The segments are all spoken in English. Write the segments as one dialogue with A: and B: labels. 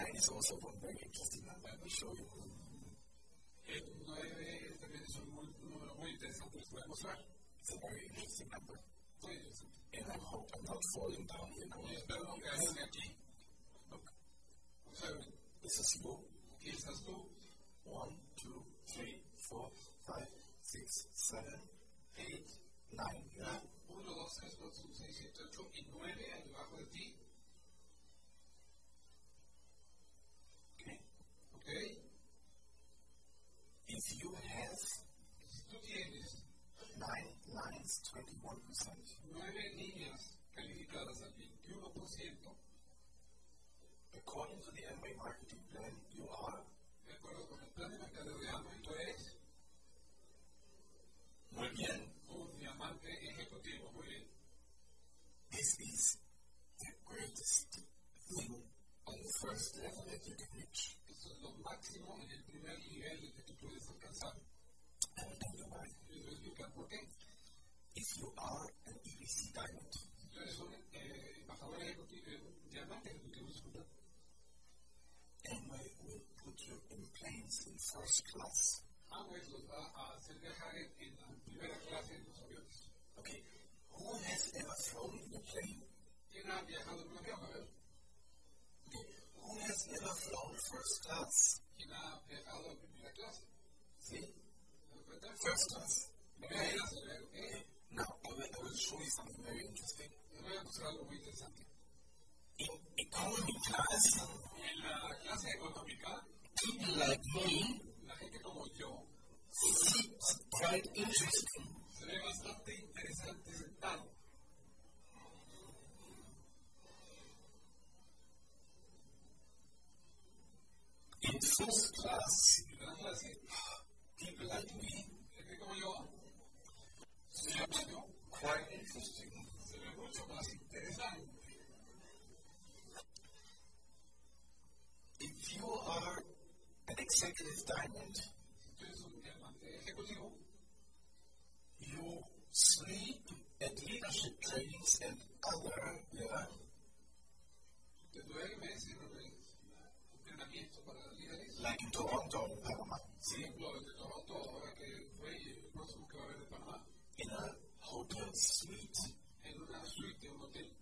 A: Ahí es also one very interesting and I will show you. El 9 también es un mu- número muy interesante, les voy a mostrar. It's a very interesting number. Muy interesante. And I hope I'm not falling down here. No, espero no caerme aquí. Look. Observen. This is you. Aquí estás tú. 1, 2, 3, 4, 5, 6, 7, 8, 9. 1, 2, 3, 4, 5, 6, 7, 8 y 9 debajo de ti. Okay? If you have nine lines, 21%. Nueve líneas calificadas al 21%. According to the Amway marketing plan, you are. De acuerdo con el plan de mercadeo de Amway, tú eres. Muy bien. Un diamante ejecutivo, muy bien. This is the greatest thing on the first level that you can reach. Esto es lo máximo en el primer nivel que tú puedes alcanzar. I will tell you why. Yo voy a explicar por qué. If you are an EBC diamond. Si tú eres un eh, embajador ejecutivo, un diamante ejecutivo, disculpa. Amway will put you in planes in first class. Amway los va a hacer viajar en, en la primera clase en los aviones. Okay. Who has ever flown in a plane? ¿Quién ha viajado en un avión? A ver. Who has ever flown first class? ¿Quién ha viajado en primera clase? ¿Sí? First class. Primera clase, ¿eh? Now, I will, I will show you something very interesting. Te voy a mostrar algo muy interesante. In economy class, en la clase económica, people like me, la gente como yo, seems quite interesting. Se ve bastante interesante sentado. In first class, people like me, se llama quite interesting. Se ve mucho más interesante. If you are an executive diamond, tú eres un diamante ejecutivo, you sleep at leadership trainings and other, yeah, te duermes en un entrenamiento para líderes. Like in Toronto, in Panama. Sí, lo de Toronto, ahora que fue y el próximo que va a haber de Panamá. In a hotel suite. En una suite de un hotel.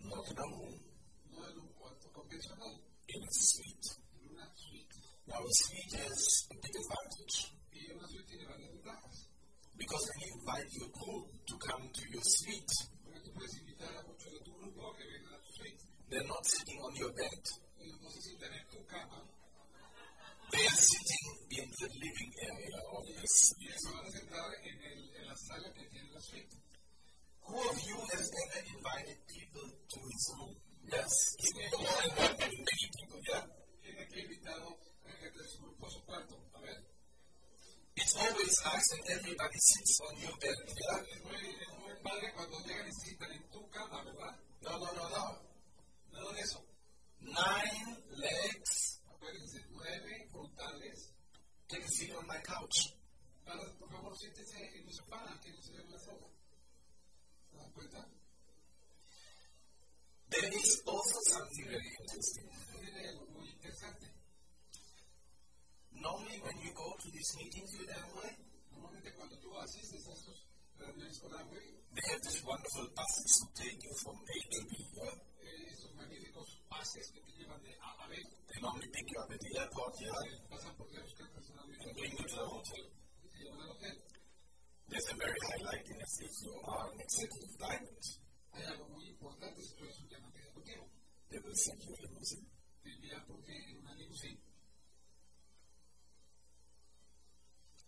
A: Not in a room. No en un cuarto convencional. In a suite. En una suite. Now a suite has a big advantage. Y una suite tiene varias ventajas. Because when you invite your group to come to your suite, porque tú puedes invitar a muchos de tu grupo a que vengan a tu suite. They're not sitting on your bed. Ellos no se sientan en tu cama. They are sitting in the living area of the suite. Ellos se van a sentar en, el, en la sala que tiene la suite. Who of you has ever invited people to his room? Yes. Many people, yeah? Tiene que invitado a gente de su grupo a su cuarto. A ver. It's always nice when everybody sits on your bed, yeah? Es muy, es muy padre cuando llegan y se sientan en tu cama, ¿verdad? No, no, no, no. Nada de eso. Nine legs. Acuérdense, nueve frontales. Take a seat on my couch. Ahora, por favor, siéntese en mi sofá, que no se ve la sala. ¿Se dan cuenta? There is also something very interesting. Tiene algo muy interesante. Normally, when you go to these meetings with Amway, normalmente cuando tú asistes a estos reuniones con Amway, they have these wonderful buses to take you from A to B. Yeah? Eh, estos magníficos buses que te llevan de A a B. They normally pick you up at the airport, yeah? Pasan por la buscan personalmente. And bring you to the hotel. Y te llevan al hotel. There's a very high likeliness if you are an executive diamond. Hay algo muy importante si tú eres un diamante ejecutivo. They will send you a limousine. Te envían por ti en una limusina.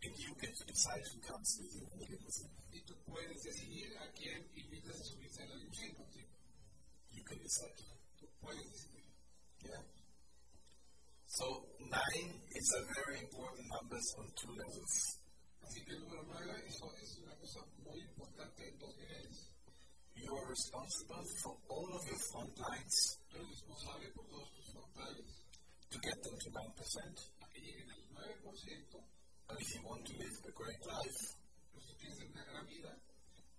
A: And you get to decide who comes with you in the limousine. Y tú puedes decidir a quién invitas a subirse a la limusina contigo. You can decide. Tú puedes decidir. These are very important numbers on two levels.
B: Así que el número 9 eso es una cosa muy importante en dos niveles.
A: You are responsible for all of your front lines
B: Tú eres responsable por todos tus frontales,
A: to get them to 9%.
B: a que lleguen al 9%,
A: But if you want to live a great life,
B: pero si quieres tener una gran vida,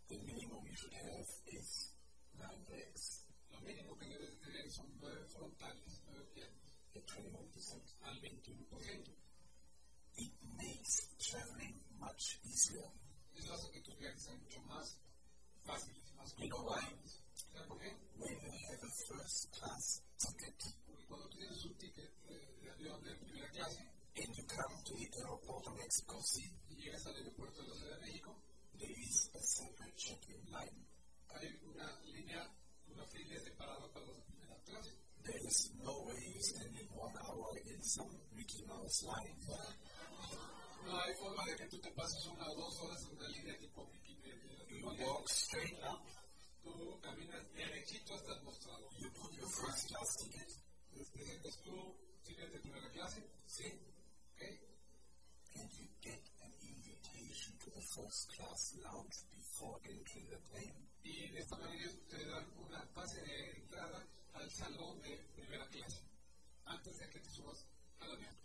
A: the minimum you should have is nine legs
B: lo mínimo que debes de tener son 9 frontales, 9 piernas,
A: at 21%.
B: al 21%.
A: It makes traveling much easier.
B: Eso hace que tus viajes sean mucho más fáciles, más
A: You know why?
B: controlables. ¿Sabes por qué?
A: When you have a first class ticket
B: Porque cuando tú tienes un ticket de, de avión de primera clase
A: and you come to the airport of Mexico City,
B: y llegas al aeropuerto de la Ciudad de México,
A: there is a separate check-in line.
B: hay una línea, una fila separada para los de primera clase.
A: There is no way you stand in one hour in some Mickey Mouse line.
B: No hay forma de que tú te pases una o dos horas en una línea tipo Mickey de de- de-
A: You walk straight up,
B: Tú caminas derechito hasta el mostrador.
A: you put your first class ticket,
B: Te sientes tú, si eres de primera clase, sí, ok.
A: and you get an invitation to the first class lounge before entering the plane.
B: Y de esta manera ellos te dan una fase de entrada al salón de primera clase, antes de que te subas al avión.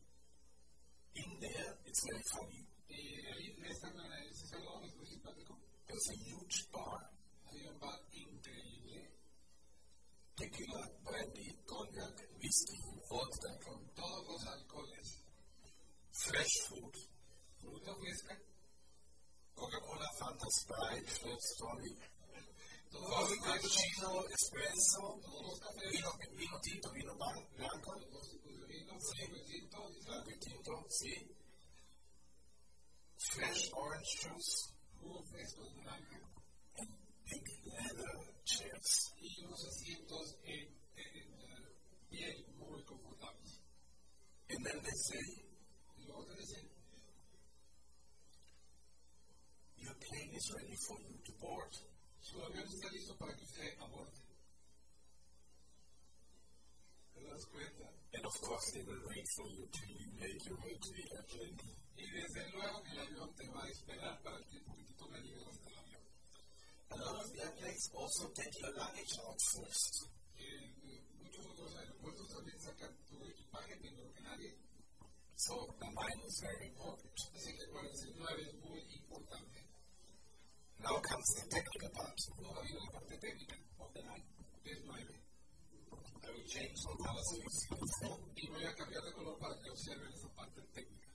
A: In there, it's very funny.
B: Y ahí, de esta manera, ese salón es muy simpático.
A: There's a huge bar,
B: Había un bar increíble,
A: tequila, brandy, cognac, whiskey, vodka, from
B: todos los alcoholes,
A: fresh food,
B: fruta fresca,
A: Coca-Cola, Fanta, Sprite, Fred Story,
B: todos los
A: vodka,
B: cafés,
A: chino, espresso,
B: todos los cafés,
A: vino, vino tinto, vino ban- blanco,
B: los tipos de vino, frasquecitos,
A: blanco y tinto, sí. Fresh orange juice
B: jugo fresco de naranja
A: and big leather chairs.
B: y unos asientos en, en, eh, piel muy confortables.
A: And then they say,
B: Y luego te dicen,
A: your plane is ready for you to board.
B: su avión está listo para que usted aborde. ¿Te das cuenta?
A: And of course they will wait for you till you make your way to the airplane.
B: Y desde luego que el avión te va a esperar para el tiempo que tú tome llegar hasta el avión.
A: A lot of airplanes also take your luggage out first.
B: Eh, eh, muchos otros aeropuertos también sacan tu equipaje, pero que nadie.
A: So the mine is very important.
B: Así que acuérdense, el 9 es muy importante.
A: Now comes the technical part.
B: Toda viene la parte técnica o de la- del 9.
A: I will change some colors for you.
B: Y voy a cambiar de color para que observen esa parte técnica.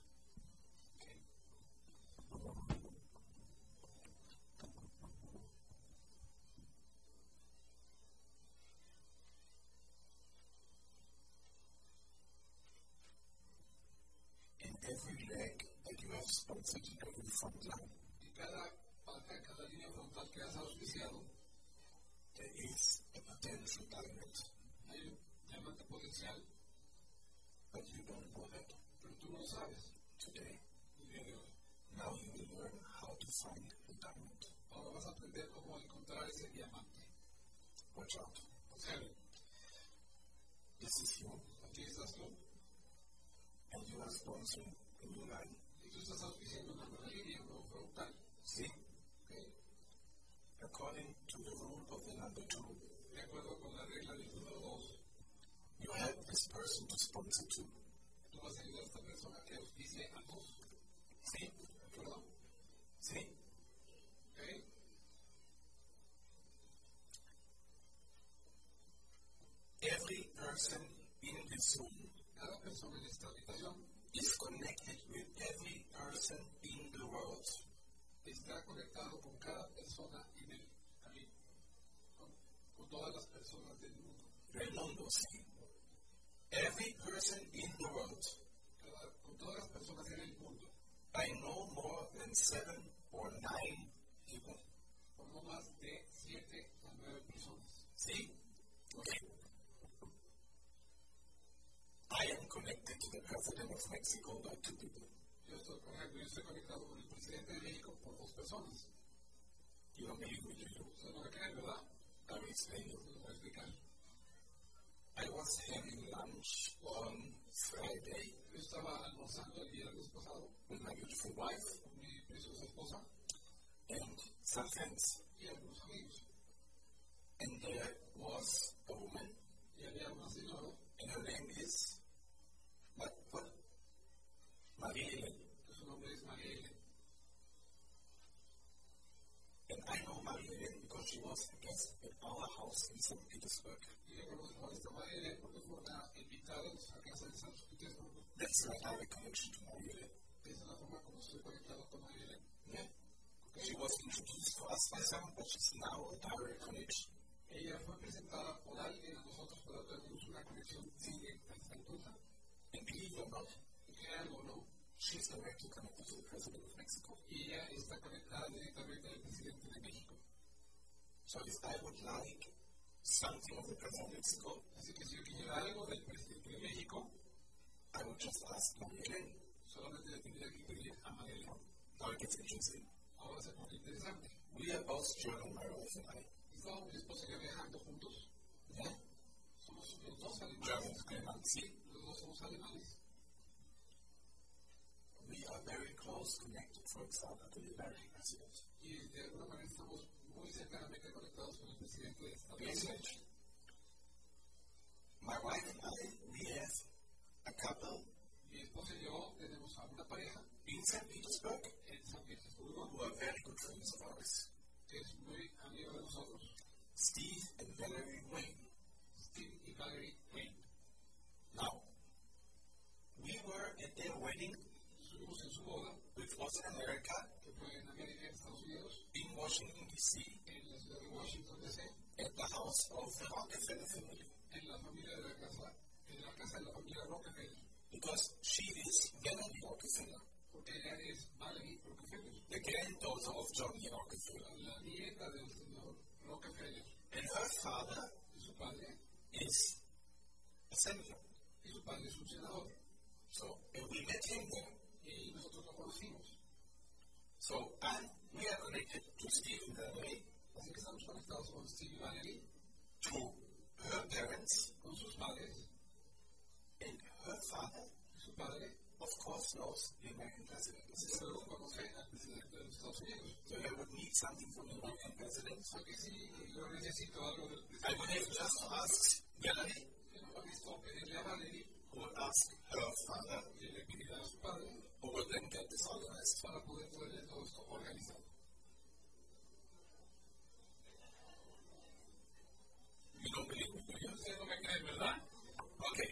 A: In every leg that you have sponsored in every front line,
B: Y cada parte, cada línea frontal que has auspiciado,
A: there is a potential diamond,
B: hay un diamante potencial,
A: but you don't know that
B: pero tú no lo sabes.
A: today. Now you will learn how to find the diamond.
B: Ahora vas a aprender cómo encontrar ese diamante.
A: Watch out.
B: Observen,
A: This is you,
B: aquí estás tú,
A: and you are sponsoring a new line.
B: y tú estás auspiciando una nueva línea, un nuevo frontal.
A: See,
B: ¿ok?
A: according to the rule of the number two,
B: De acuerdo con la regla del número 2,
A: you help this person to sponsor two.
B: tú vas a ayudar a esta persona que auspicie a dos.
A: See,
B: ¿De acuerdo? ¿Ok?
A: see, every person in this room
B: Cada persona en esta habitación
A: is connected with every person in the world.
B: está conectado con cada persona en el camino, con, con todas las personas del mundo.
A: Remember, see, every person in the world
B: Cada- con todas las personas en el mundo,
A: by no more than seven or nine people.
B: con no más de 7 a 9 personas.
A: See? Okay. I am connected to the president of Mexico by two people.
B: Yo estoy, por ejemplo, yo estoy conectado con el presidente de México por dos personas.
A: You don't believe me, do you?
B: Ustedes no me creen, ¿verdad?
A: I will explain you.
B: Se lo voy a explicar.
A: I was having lunch on Friday
B: Yo estaba almorzando el viernes pasado
A: with my beautiful wife
B: con mi preciosa esposa
A: and some friends.
B: y algunos amigos.
A: And there was a woman,
B: Y había una señora,
A: and her name is Ma- what? Maria Ellen.
B: que su nombre es María Elena.
A: And I know Maria Ellen because she was a guest at our house in St. Petersburg.
B: Y yo conozco a esta María Elena porque fue una invitada en nuestra casa de San Petersburgo.
A: That's like our connection to Maria Ellen.
B: Esa es la forma como estoy conectado con María Elena.
A: Yeah. She was introduced to us by someone, but she's now a direct connection.
B: Ella fue presentada por alguien a nosotros, pero tenemos una conexión directa hasta entonces.
A: And believe it or not,
B: Y créanlo o no,
A: she's directly connected to the President of Mexico.
B: y ella está conectada directamente al presidente de México.
A: So if I would like something of the President of Mexico,
B: Así que si yo quisiera algo del presidente de México,
A: I would just ask Maria Ellen.
B: solamente le tendría que pedir a María Elena.
A: Now it gets interesting.
B: Ahora se pone interesante.
A: We are both German, my wife and I.
B: Estábamos mi esposa y yo viajando juntos.
A: Yeah?
B: Somos los dos
A: German,
B: alemanes.
A: German. See,
B: Los dos somos alemanes.
A: we are very close connected, for example, to the American president.
B: Y eh, de alguna manera estamos muy cercanamente conectados con el presidente de Estados
A: Yes,
B: Unidos.
A: actually. My wife and I, we have a couple
B: Mi esposa y yo tenemos a una pareja
A: in St. Petersburg
B: en San Petersburgo
A: who are very good friends of ours.
B: que es muy amigo de nosotros,
A: Steve and Valerie Wayne.
B: Steve y Valerie Wayne.
A: Now, we were at their wedding,
B: Estuvimos en su boda,
A: which was in America,
B: que fue en América, Estados Unidos,
A: in Washington, D.C.,
B: en la ciudad de Washington DC,
A: at the house of the Rockefeller family,
B: en la familia de la casa, en la casa de la familia Rockefeller,
A: because she is Valerie Rockefeller,
B: porque ella es Valerie Rockefeller,
A: the granddaughter of Johnny Rockefeller.
B: la nieta del señor Rockefeller,
A: And her father
B: y su padre,
A: is a senator.
B: y su padre es un senador,
A: So, and we met him there.
B: y nosotros lo conocimos.
A: So, and we are connected to Steve in that way,
B: Así que estamos conectados con Steve y Valerie,
A: to her parents,
B: con sus padres,
A: and her father,
B: y su padre,
A: of course, knows the American president.
B: desde luego conoce al presidente de Estados Unidos.
A: So, I would need something from the American president.
B: Porque sí, yo necesito algo del presidente.
A: I would have just asked Valerie,
B: que no han visto pedirle a Valerie
A: who would ask her father,
B: que le pidiera a su padre
A: who would then get this organized.
B: para poder tener todo esto organizado.
A: You don't believe me, do you?
B: Ustedes no me creen, ¿verdad?
A: Okay.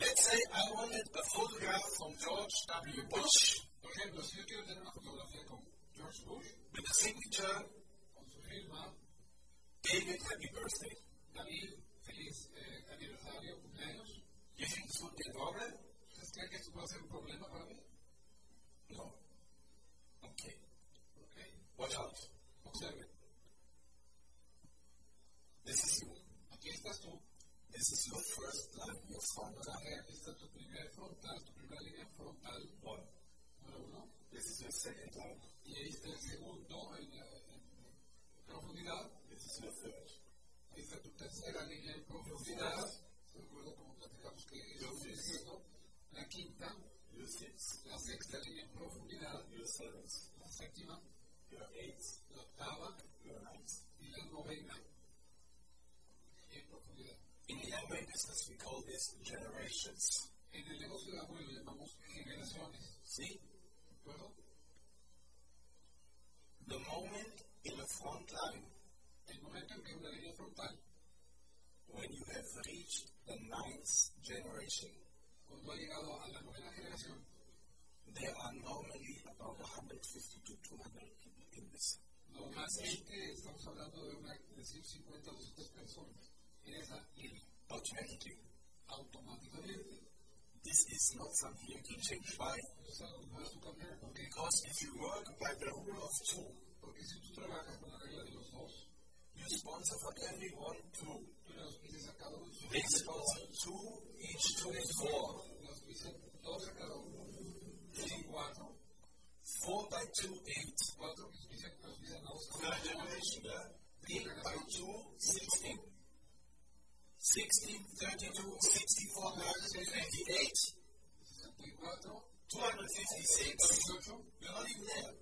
A: Let's say I wanted a photograph from George W. Bush
B: Por ejemplo, si yo quiero tener una fotografía con George Bush,
A: with the signature
B: con su firma,
A: David Happy Birthday.
B: David, feliz eh, aniversario, cumpleaños,
A: You think this would be a problem?
B: ¿ustedes creen que esto puede ser un problema para mí?
A: No. Okay.
B: Ok,
A: Watch out.
B: observen,
A: This is you.
B: aquí estás tú,
A: This is your first line, your front line.
B: eh, aquí está tu primera frontal, tu primera línea frontal,
A: One.
B: número uno,
A: This is your second line.
B: y ahí está el segundo en, la- en profundidad,
A: This is your third.
B: Ahí está tu tercera línea en profundidad. Recuerdo como platicamos que es un desierto. La quinta,
A: Your sixth.
B: la sexta línea en profundidad.
A: Your seventh.
B: La séptima,
A: Your eighth.
B: la octava
A: Your ninth.
B: y la novena en profundidad.
A: In the Amway business, we call this generations.
B: En el negocio de la web le llamamos generaciones.
A: See?
B: ¿De acuerdo?
A: The moment in the front line
B: El momento en que una línea frontal,
A: when you have reached the ninth generation,
B: cuando ha llegado a la novena generación,
A: there are normally about 150 to 200 people in this.
B: normalmente estamos hablando de, una, de 150 o 200 personas en esa línea.
A: Automatically,
B: Automáticamente,
A: this is not something you can change by.
B: es algo que no es tu camino, porque
A: Because if you work by the rule of two,
B: Porque si tú trabajas con la regla de los dos,
A: you sponsor for everyone two.
B: tú los pides a cada uno, de sus-
A: They sponsor two, each two is four.
B: los pides dos a cada uno, son cuatro,
A: Four by two, eight.
B: cuatro que pisen, los pides a dos,
A: Third generation, yeah? Eight by two, 16. 16, 32, 64, 98,
B: 64,
A: 256,
B: 18,
A: you're not even there.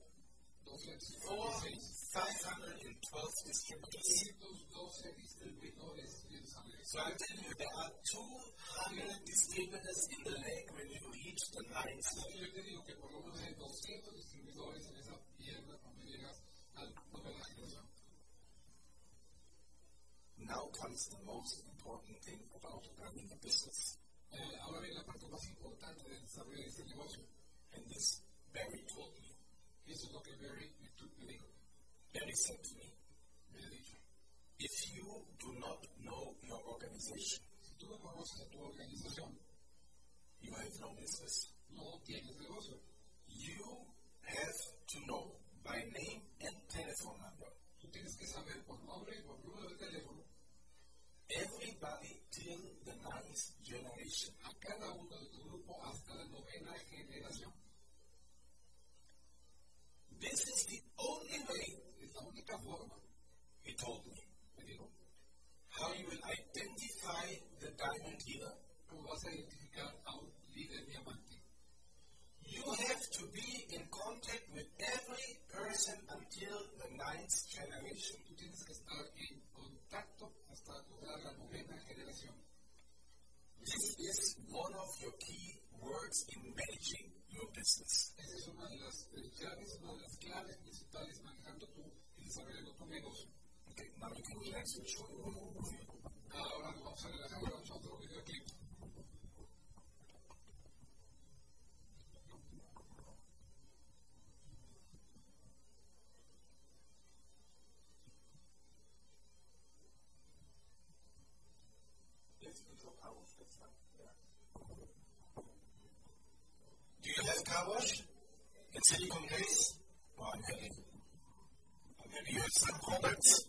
B: 256,
A: 512 distributors.
B: 112 distribuidores en San Luis.
A: So I'm telling you, there are 200 distributors in the lake when you reach the ninth lake.
B: Yo te digo que por lo menos hay 200 distribuidores en esa pierna cuando llegas al punto de la explosión.
A: Now comes the most important thing about running a business,
B: Eh, ahora viene la parte más importante del desarrollo de este negocio.
A: and this Barry told me.
B: Eso es lo que Barry me tu- me dijo,
A: Barry said to me,
B: me ha dicho.
A: if you do not know your organization,
B: Si tú no conoces a tu organización,
A: you have no business.
B: no tienes negocio.
A: You have to know by name and telephone number.
B: Tú tienes que saber por nombre y por número de teléfono
A: Everybody till the ninth generation.
B: a cada uno de tu grupo hasta la novena generación.
A: This is the only way,
B: Es la única forma,
A: he told me,
B: me dijo,
A: how you will identify the diamond dealer.
B: cómo vas a identificar a un líder diamante.
A: You have to be in contact with every person until the ninth generation.
B: Tú tienes que estar en contacto hasta lograr la novena generación.
A: This is one of your key words in managing your business.
B: Esa es una de las eh, llaves, una de las claves principales manejando tu y desarrollando tu negocio.
A: Okay, now you can relax and show you one more video.
B: Ahora nos vamos a relajar, vamos a otro videoclip.
A: Do you have car wash in Silicon Place? No, I'm having. Or maybe you have some products.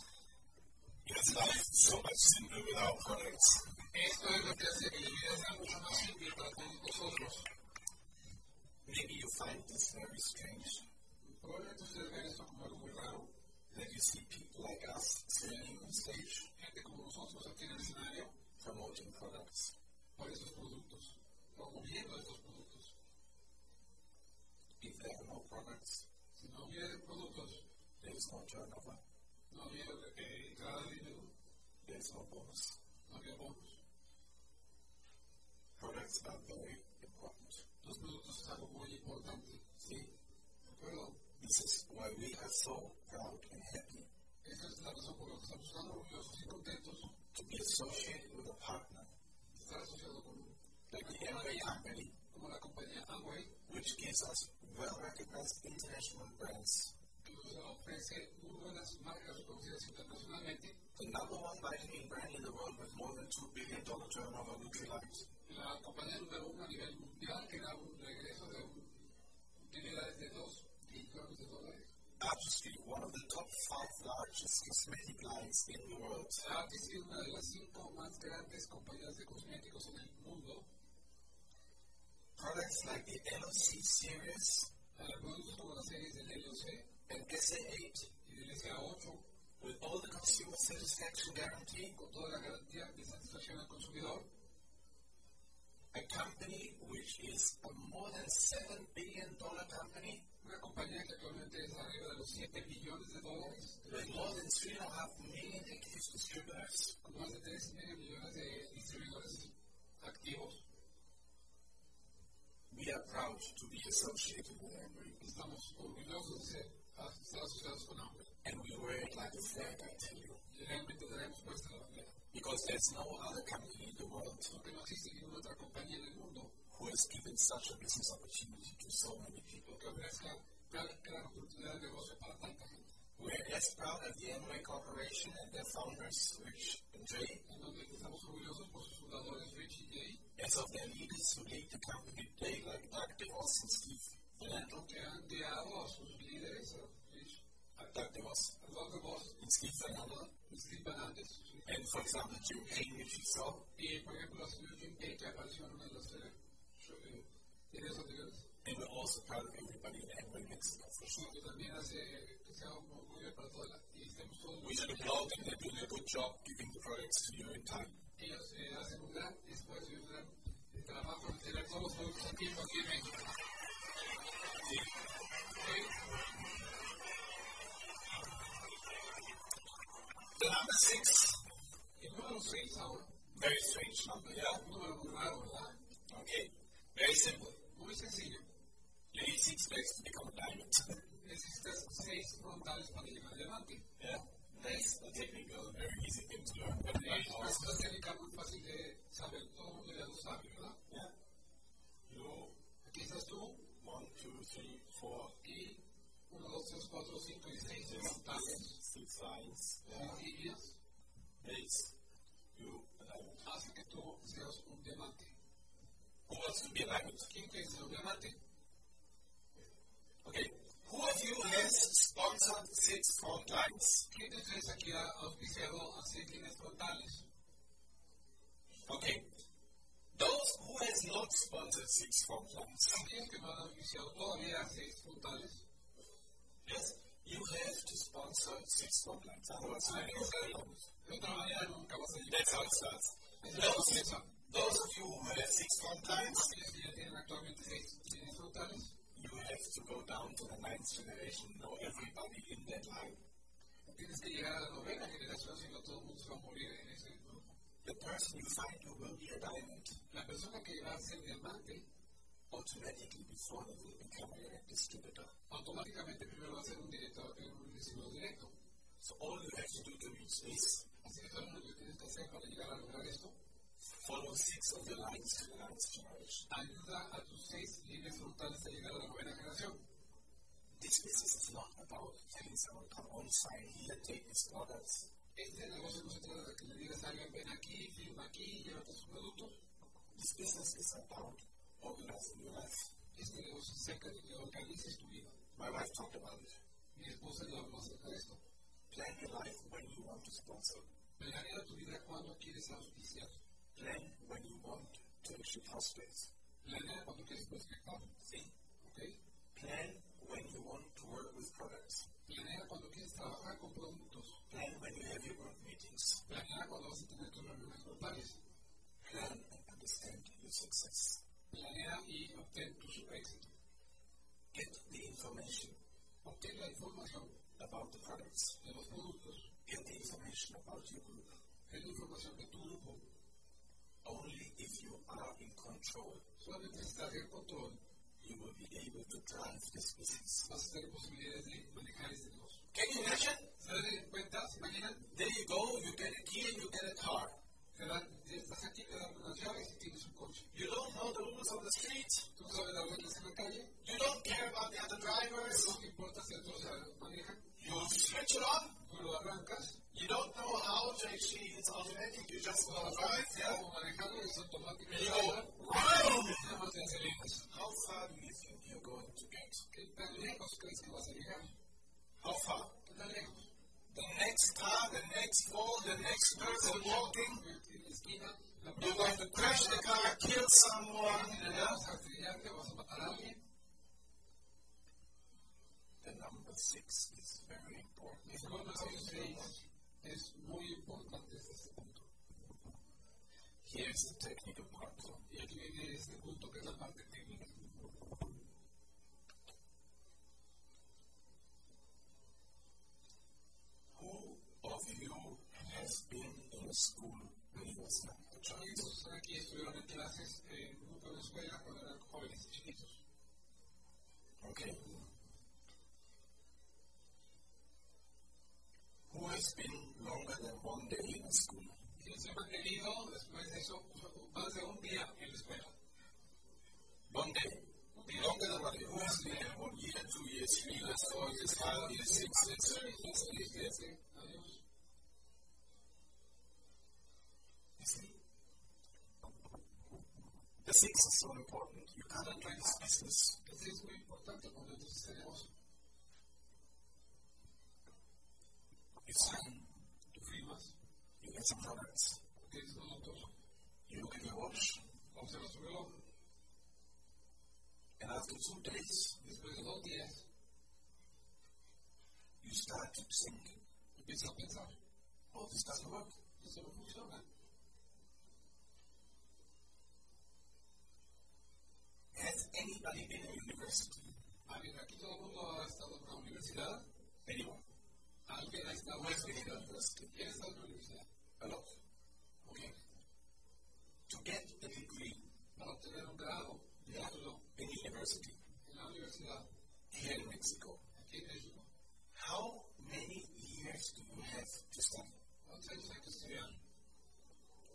A: Yes, life is so much simpler without products.
B: Esto es lo que hace que la vida sea mucho más simple para todos nosotros.
A: Maybe you find this very strange
B: Probablemente ustedes ven esto como algo muy raro.
A: that you see people like us standing on stage
B: Gente como nosotros aquí en el escenario,
A: promoting products.
B: por esos productos, promoviendo estos productos.
A: If there are no products,
B: Si no hubiera productos,
A: there is no turnover,
B: no hubiera eh, entrada de dinero,
A: there is no bonus.
B: no había bonos.
A: Products are very important.
B: Los productos es algo muy importante.
A: See,
B: ¿De acuerdo?
A: this is why we are so proud and happy
B: Esa es la razón por la que estamos tan orgullosos y contentos
A: to be associated with a partner
B: de estar asociados con un-
A: like the Amway Company,
B: como la compañía Amway,
A: which gives us well-recognized international brands.
B: que nos ofrece una de las marcas reconocidas internacionalmente,
A: The number one vitamin brand in the world with more than $2 billion turnover, Nutrilite.
B: la compañía número uno a nivel mundial, que da un regreso de un- utilidades de 2 billones de dólares.
A: Artistry, one of the top five largest cosmetic lines in the world.
B: Artis es una de las cinco más grandes compañías de cosméticos en el mundo.
A: Products like the LOC series
B: Eh, Productos como las series del LOC
A: and SA8
B: y del SA8,
A: with all the consumer satisfaction guarantee
B: con toda la garantía de satisfacción al consumidor,
A: a company which is a more than $7 billion company
B: una compañía que actualmente es arriba de los 7 billones de dólares,
A: with more than 3.5 million active distributors.
B: con más de 3 millones de distribuidores activos.
A: to be associated with Amway.
B: Estamos orgullosos de ser as- estar asociados con hambre.
A: And we wear it like a flag, I tell you.
B: Realmente tenemos puesta la bandera.
A: Because there's no other company in the world
B: Porque no existe ninguna otra compañía en el mundo
A: who has given such a business opportunity to so many people.
B: que ofrezca tal gran oportunidad de negocio para tanta gente.
A: We're as proud of the Amway Corporation and their founders, Rich and Jay,
B: En donde estamos orgullosos por sus fundadores Rich y Jay,
A: as of their leaders who lead the company today, like Dr. Austin Steve Fernando,
B: que han guiado a sus líderes, a Rich,
A: Dr. Austin
B: a los de vos,
A: and Steve Fernando,
B: Steve Banantes.
A: and for example, Jim Kane, which you saw,
B: Y por ejemplo, la señora Jim Kay, que apareció en una de las eh, show- eh, videos anteriores.
A: and we're also proud of everybody in Amway Mexico for
B: Y
A: sure.
B: que también hace que sea un orgullo para toda la. Y estemos todos
A: We should applaud them, they're doing a good job giving the products to you in time.
B: Ellos eh, hacen un gran esfuerzo y un gran eh, trabajo en tener todos los productos a tiempo aquí en México.
A: The number six,
B: El número 6 ahora,
A: very strange number, yeah?
B: un número muy raro, ¿verdad?
A: Okay, very simple.
B: Muy sencillo.
A: You need six legs to become a diamond.
B: Necesitas 6 frontales para llegar adelante.
A: yeah? That's a technical, very easy thing to learn, but very
B: Es
A: hard.
B: una técnica muy fácil de saber, todo el mundo ya lo sabe, ¿verdad?
A: Yeah? You
B: Aquí estás tú,
A: One, two, three, four,
B: y 1, 2, 3, 4, 5 y 6 frontales,
A: six lines. Yeah.
B: las líneas,
A: Makes you aligned.
B: hace que tú seas un diamante.
A: Who wants to be aligned?
B: ¿Quién quiere ser un diamante?
A: Okay. Who of you has sponsored six front lines?
B: ¿Quién de ustedes aquí ha auspiciado a 6 líneas frontales?
A: Okay. Those who has not sponsored six front lines,
B: Aquellos que no han auspiciado todavía a 6 frontales,
A: yes, you have to sponsor six front lines. Otherwise, you
B: hay que
A: won't get
B: hacerlo.
A: along.
B: De otra manera nunca vas a llegar.
A: That's how it starts. Those, those of you who have six front lines,
B: Aquellos que ya tienen actualmente 6 líneas frontales,
A: you have to go down to the ninth generation, know everybody in that line.
B: tienes que llegar a la novena generación, si no todo el mundo se va a morir en ese grupo.
A: The person you find who will be a diamond
B: La persona que va a ser diamante,
A: automatically before they will become a distributor.
B: automáticamente primero va a ser un director, un diseñador directo.
A: So all you have to do to reach this,
B: Así que todo lo que tienes que hacer para llegar a lograr esto,
A: follow six of the lines to the ninth generation.
B: ayuda a tus seis líneas frontales a llegar a la novena generación.
A: This business is not about having someone come on sign here, take these products.
B: Este negocio no se trata de que le digas a alguien, ven aquí, firma aquí, llévate sus productos.
A: This business is about organizing your life.
B: Este negocio se acerca de que organices tu vida.
A: My wife talked about it.
B: Mi esposa le habló acerca de esto.
A: Plan your life when you want to sponsor.
B: Planea tu vida cuando quieres auspiciar.
A: Plan when you want to achieve house space.
B: Planea cuando quieres prospectar. Sí. ¿Ok?
A: Plan when you want to work with products.
B: Planea cuando quieres trabajar con productos.
A: Plan when you have your work meetings.
B: Planea cuando vas a tener tus reuniones frontales.
A: Plan and understand your success.
B: Planea y obtén tu éxito.
A: Get the information
B: Obtén la información
A: about the products.
B: de los productos.
A: Get the information about your group.
B: Es la información de tu grupo.
A: Only if you are in control,
B: Solamente si estás en control,
A: you will be able to drive this business.
B: vas a tener posibilidades de manejar este negocio.
A: Can you imagine?
B: ¿Se dan cuenta? ¿Se imaginan?
A: There you go, you get a key and you get a car.
B: Te dan, estás aquí, te dan unas llaves y tienes un coche.
A: You don't know the rules of the street.
B: Tú sabes las reglas en la calle,
A: You don't care about the other drivers.
B: no te importa si otros la manejan,
A: You switch it on.
B: tú lo arrancas,
A: You don't know how to actually, it's automatic. You just know how to drive, yeah?
B: como manejarlo es automático.
A: You go, wow!
B: Nada más te aceleras.
A: How far do you think you're going to get?
B: ¿Qué tan lejos crees que vas a llegar?
A: How far?
B: ¿Qué tan lejos?
A: The next car, the next wall, the next person walking.
B: En la esquina, la
A: You're going to crash the car, kill someone.
B: primera vas a estrellarte, vas a matar a alguien.
A: The number six is very important.
B: El número 6 es muy importante desde este punto.
A: Here's the technical part.
B: Y aquí viene este punto que es la parte técnica.
A: Who of you has been in a school when you was young?
B: Muchos amigos aquí estuvieron en clases en un grupo de escuela cuando eran jóvenes y chiquitos. Adiós.
A: You see, the six is so important. You can't understand this business.
B: Entonces es muy importante cuando nosotros tenemos
A: It's time
B: firmas,
A: you get some products.
B: que es lo notoso.
A: You look at your watch,
B: Observa su reloj.
A: and after two days,
B: Después de dos días,
A: "Oh, you start to think,
B: empieza a pensar.
A: oh, this doesn't work.
B: Eso no funciona.
A: Has anybody been in university?
B: A ver, aquí todo el mundo ha estado en una universidad.
A: Anyone?
B: Alguien ha estado
A: Who has
B: en
A: been in
B: una universidad.
A: university?
B: ¿Quién ha estado en una universidad?
A: A lot. Okay. To get a degree
B: Para obtener un grado, un título,
A: in university
B: en la universidad,
A: here in Mexico,
B: aquí en México.
A: how many years do you have to study?
B: ¿Cuántos años hay que estudiar?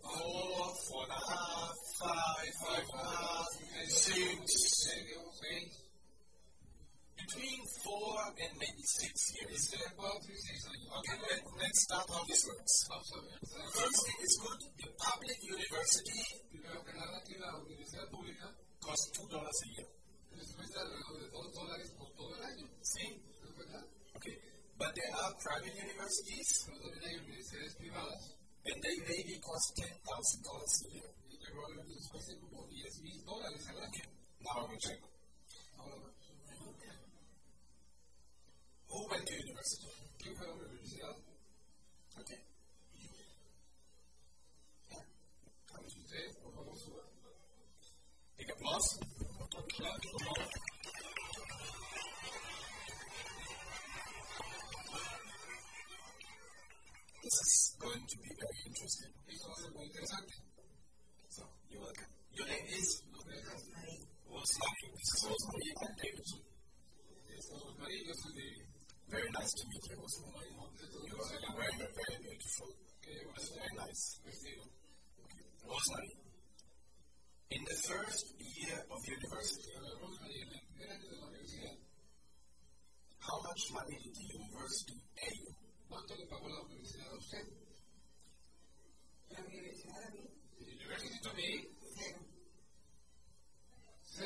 A: Four, four and a half, five, five and a half, and six.
B: Medio, seis,
A: Between four and maybe six years.
B: entre cuatro y seis años.
A: Okay, let, let's start how this works.
B: Vamos a ver.
A: First thing is good, the public university
B: Primero que nada, aquí la universidad pública
A: costs two dollars a year.
B: les cuesta alrededor de dos dólares por todo el año.
A: See?
B: ¿No es verdad?
A: Okay. But there are private universities
B: Pero también hay universidades privadas
A: and they maybe cost ten thousand dollars a year.
B: y que probablemente les cuesten como 10 mil dólares al año.
A: Now I'm in China.
B: Ahora,
A: Who went to university?
B: ¿qué fue una universidad?
A: Okay.
B: Pues ustedes, por favor, suban.
A: Big applause. This is going to be very interesting.
B: Esto va a ser muy interesante.
A: So, you're welcome. Your name is Rosemary. This is Rosemary and Davidson.
B: Esto es María, yo soy de
A: Very nice to meet you, Rosemary. You are very, very beautiful. It was very nice.
B: vestido.
A: Rosemary, in the first year of university,
B: Pero vamos a ir en el primer año de la universidad.
A: how much money did the university pay you?
B: ¿Cuánto le pagó la universidad a usted?
C: La universidad a mí,
B: ¿El university to me?
C: cero.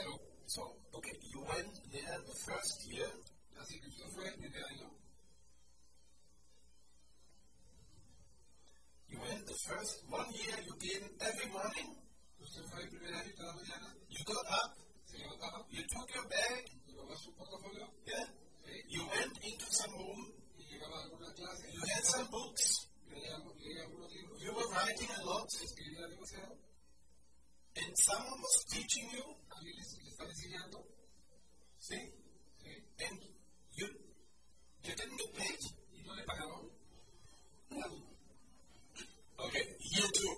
B: Cero.
A: So, okay, you went there the first year,
B: Así que usted fue el primer año.
A: you went the first one year, you came every morning,
B: Usted fue el primer año toda la mañana.
A: you got up,
B: Se levantaba,
A: you took your bag,
B: llevaba su portafolio
A: yeah, you went into some room,
B: y llegaba a alguna clase.
A: you had some books,
B: Leía algo- leía algunos libros.
A: you were writing a lot,
B: Escribía demasiado.
A: and someone was teaching you,
B: Alguien les, les estaba enseñando.
A: see,
B: ¿sí?
A: and you, you didn't get paid.
B: Y no le pagaron.
A: Okay, year two,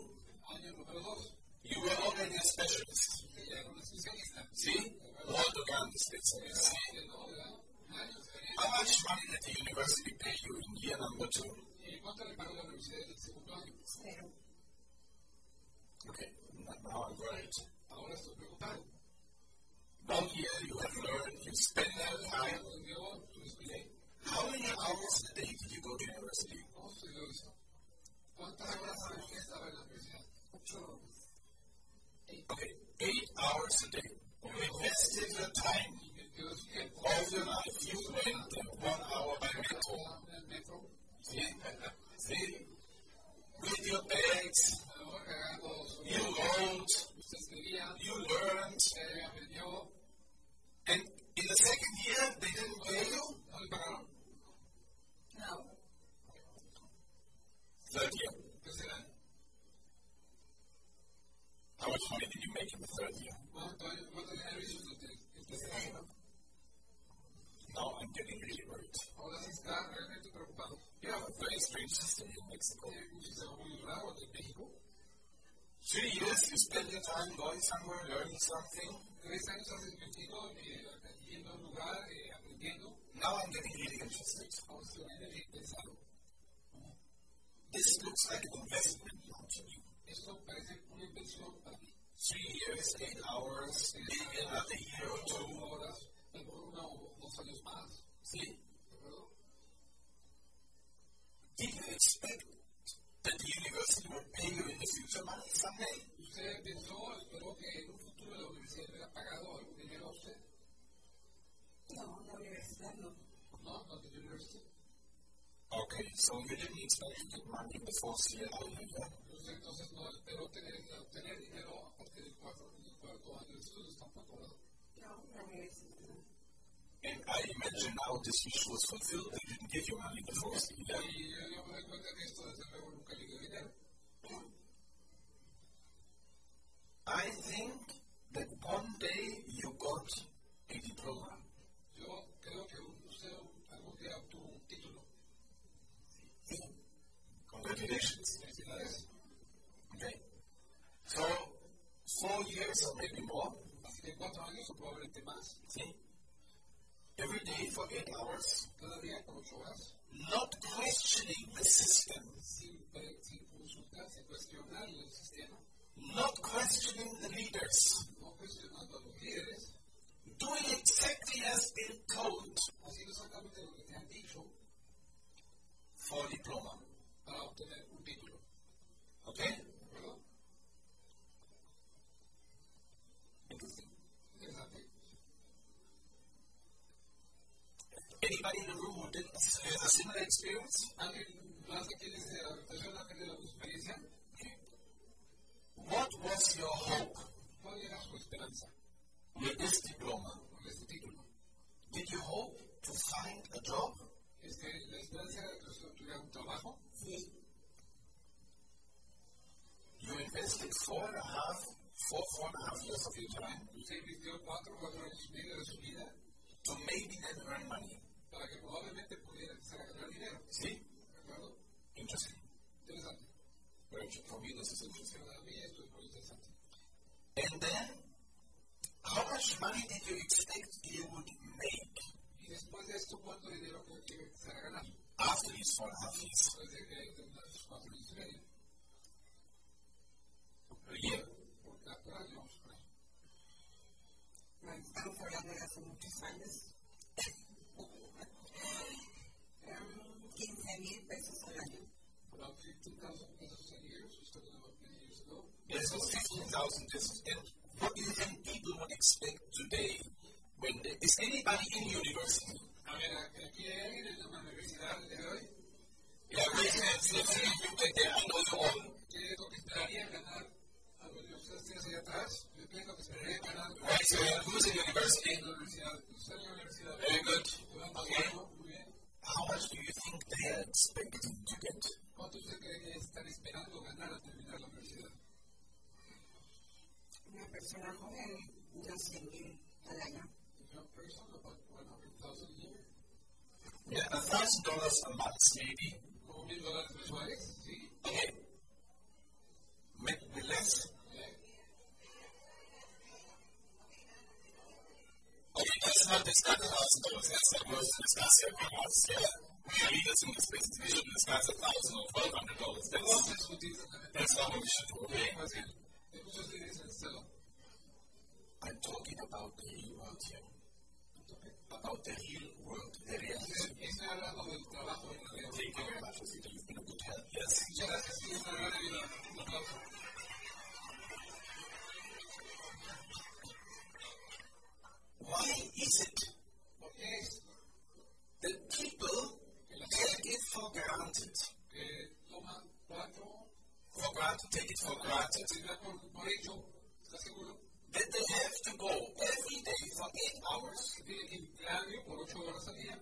B: Año número dos.
A: you were already a specialist,
B: Usted ya era un especialista.
A: see, all the guns, they say, see.
B: Que no le da un año de experiencia.
A: How much money did the university pay you in year number two?
B: ¿Y cuánto le pagó la universidad en el segundo año?
C: Cero.
A: Okay, now I'm right.
B: Ahora estoy preguntando.
A: One year you have learned, you spend that time.
B: Yo, tu estudié.
A: How many hours a day did you go to university?
B: ¿Cómo estudió esto? ¿Cuántas horas al día estaba en la universidad?
C: Ocho.
A: Okay, eight hours a day. You invested your time,
B: Yo sí que
A: all your life. You went there one hour by metro.
B: estaba en el metro.
A: See? See? With your bags,
B: Estaba cargando su
A: you wrote,
B: Usted escribía.
A: you learned.
B: Eh, aprendió.
A: And in the second year, they didn't pay you.
B: No le pagaron.
C: No.
A: Third year.
B: Tercer año.
A: How much money did you make in the third year?
B: ¿Cuánto año? ¿Cuánto dinero hizo usted el tercer año?
C: Cero.
A: Now I'm getting really worried.
B: Ahora sí está realmente preocupado.
A: You have a very strange system in Mexico.
B: Tiene un sistema muy raro de México.
A: Three years you spend your time going somewhere, learning something.
B: Tres años has invertido eh, yendo a un lugar, eh, aprendiendo.
A: Now I'm getting really interested.
B: Ahora estoy bien interesado.
A: This looks like an investment now to me.
B: Esto parece una inversión para mí.
A: Three years, eight hours, maybe another year or two.
B: Horas, a lo mejor una o dos años más.
A: See?
B: ¿de acuerdo?
A: expect that the university will pay you in the future money someday.
B: Usted pensó, esperó que en un futuro la universidad le hubiera pagado algún dinero a usted.
C: No, la universidad no.
B: No, no tenía universidad.
A: Okay, so you didn't expect to get money before Seattle, yeah?
B: Usted entonces no esperó tener, obtener dinero a partir del cuarto, del cuarto año de estudios tampoco. ¿verdad?
C: No, la universidad no.
A: And I imagine how this wish was fulfilled. They didn't get your money before Seattle.
B: Y yo, yo me doy cuenta que esto desde luego nunca le dio dinero.
A: I think that one day you got a diploma.
B: Yo creo que un museo algún día obtuvo un título.
A: Congratulations.
B: Felicidades.
A: Okay. So, four years or maybe more,
B: Así que cuatro años o probablemente más.
A: see? Every day for eight hours,
B: Cada día por ocho horas.
A: not questioning the system,
B: Sin, pre- sin consultar, sin cuestionar el sistema.
A: not questioning the leaders,
B: No cuestionando a los líderes.
A: doing exactly as they're told
B: Haciendo exactamente lo que te han dicho
A: for a diploma.
B: para obtener un título.
A: Okay?
B: ¿Verdad?
A: Interesting.
B: Interesante.
A: Anybody in the room who didn't have a similar experience?
B: ¿Alguien más aquí desde la habitación ha tenido la experiencia?
A: What was your hope
B: ¿Cuál era su esperanza
A: with this diploma?
B: con este título?
A: Did you hope to find a job?
B: ¿Es que la esperanza era que usted tuviera un trabajo?
A: You invested four and a half, four, four and a half years of your time
B: Usted invirtió cuatro o cuatro años y medio de su vida
A: to maybe then earn money.
B: para que probablemente pudiera empezar a ganar dinero.
A: See?
B: ¿De acuerdo?
A: Interesting.
B: Interesante.
A: Very interesting. For me, this is interesting.
B: Para mí esto es muy interesante.
A: And then, how much money did you expect you would make
B: Y después de esto, ¿cuánto dinero creo que iba a empezar a ganar?
A: after these four and a half years?
B: Después de que terminar sus cuatro años y medio.
A: A year.
B: Por cuatro años. ¿no?
C: Bueno, estamos hablando de hace muchos años. Eran 15 mil pesos al año.
B: About 15,000 pesos a year, usted lo years ago.
A: Yes, so 15,000 is And what do you think people would expect today when they, is anybody in university?
B: A ver, aquí hay alguien en la universidad de hoy
A: Yeah, raise your hands. Let's see if you can get, I know you all.
B: que lo que esperaría ganar a los de ustedes tienen hacia atrás. Yo pienso que esperaría ganar
A: Raise your hand. Who's in university?
B: en la universidad. Usted en la universidad.
A: Very good. Okay.
B: Bueno, Muy bien.
A: How much do you think they are expecting to get?
B: ¿Cuánto usted cree que están esperando ganar al terminar la universidad?
C: Una persona joven, 12 mil al año.
B: Una persona, bueno, 1,000 a year.
A: Yeah, a thousand dollars a month, maybe.
B: Como mil dólares mensuales, ¿sí?
A: Okay. Maybe less. Okay, that's not that's not a thousand dollars. That's not worth the discuss everyone else. Yeah. We are leaders in this business. We shouldn't discuss a thousand or twelve hundred dollars.
B: Vamos a
A: That's,
B: discutir
A: that's not what we should do. Okay.
B: más bien. Hay muchos líderes en el salón.
A: I'm talking about the real world here. About the real world, the reality.
B: Estoy hablando del trabajo en la vida.
A: Thank you very much, Rosita. You've been a good help. Yes.
B: Muchas gracias, señor Maravilla. Un aplauso.
A: Why is it
B: ¿Por qué es
A: that people take it for granted?
B: que toman cuatro
A: For granted, take it for granted.
B: se da por, por hecho, ¿estás seguro?
A: That they have to go every day for eight hours
B: Que tiene que entrar por ocho horas al día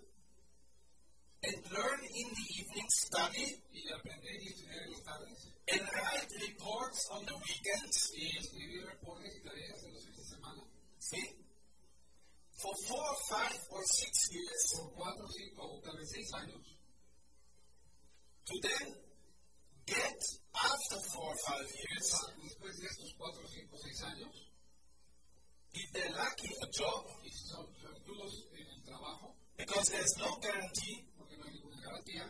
A: and learn in the evening, study,
B: y aprender y estudiar en las tardes
A: and write reports on the weekends.
B: y escribir reportes y tareas en los fines de semana.
A: See? For four, five, or six years
B: Por cuatro, cinco o tal vez seis años.
A: to then get, after four, five years,
B: Después de estos cuatro, cinco, seis años,
A: if they're lucky, a job
B: y si son suertudos en el trabajo,
A: because there's no guarantee
B: porque no hay ninguna garantía,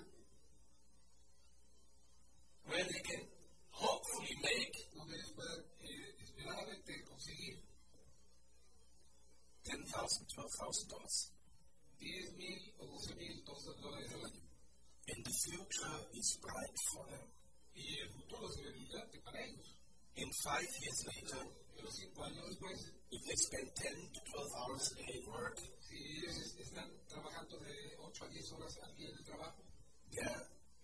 A: where they can hopefully make
B: donde ellos puedan eh, esperadamente conseguir
A: ten thousand, twelve thousand dollars.
B: 10 mil o 12 mil, dólares al año.
A: and the future is bright for them.
B: y el futuro se ve brillante para ellos.
A: And five years later,
B: En los cinco años después,
A: if they spend 10 to 12 hours a day work,
B: si ellos es- están trabajando de 8 a 10 horas al día en el trabajo,
A: their